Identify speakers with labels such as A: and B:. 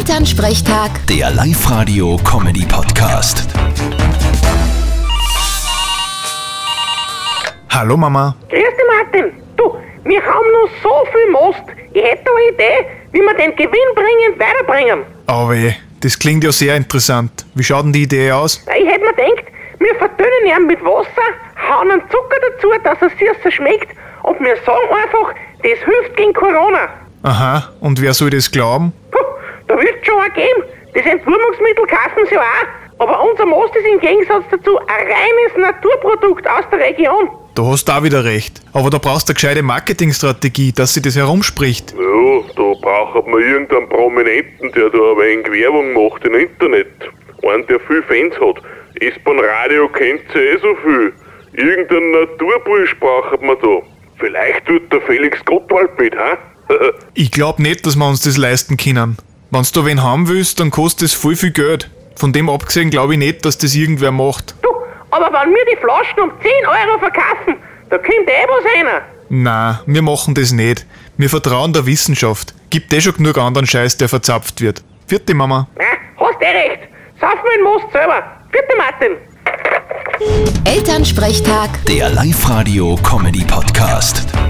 A: Elternsprechtag,
B: Der Live-Radio-Comedy-Podcast.
C: Hallo Mama.
D: Grüß dich, Martin. Du, wir haben noch so viel Most. Ich hätte eine Idee, wie wir den Gewinn bringen, weiterbringen.
C: Aber Oh, das klingt ja sehr interessant. Wie schaut denn die Idee aus?
D: Na, Ich hätte mir gedacht, wir verdünnen ihn mit Wasser, hauen einen Zucker dazu, dass er süßer schmeckt und wir sagen einfach, das hilft gegen Corona.
C: Aha, und wer soll das glauben?
D: Puh, da wird schon auch geben. Das Entwurmungsmittel kaufen sie auch. Aber unser Most ist im Gegensatz dazu ein reines Naturprodukt aus der Region.
C: Du hast da wieder recht. Aber da brauchst du eine gescheite Marketingstrategie, dass sie das herumspricht.
E: Ja, da braucht man irgendeinen Prominenten, der da ein wenig Werbung macht im Internet. Einen, der viel Fans hat. S-Bahn Radio kennt sie eh so viel. Irgendeinen Naturbursch braucht man da. Vielleicht tut der Felix Gottwald mit, hä?
C: Ich glaub nicht, dass wir uns das leisten können. Wenn's du wen haben willst, dann kostet es voll viel Geld. Von dem abgesehen glaube ich nicht, dass das irgendwer macht.
D: Du, aber wenn wir die Flaschen um 10 Euro verkaufen, da kommt eh was rein.
C: Na, wir machen das nicht. Wir vertrauen der Wissenschaft. Gibt eh schon genug anderen Scheiß, der verzapft wird. Vierte Mama.
D: Na, hast eh recht. Sauf mir den Most selber. Bitte, Martin.
A: Elternsprechtag.
B: Der Live-Radio-Comedy-Podcast.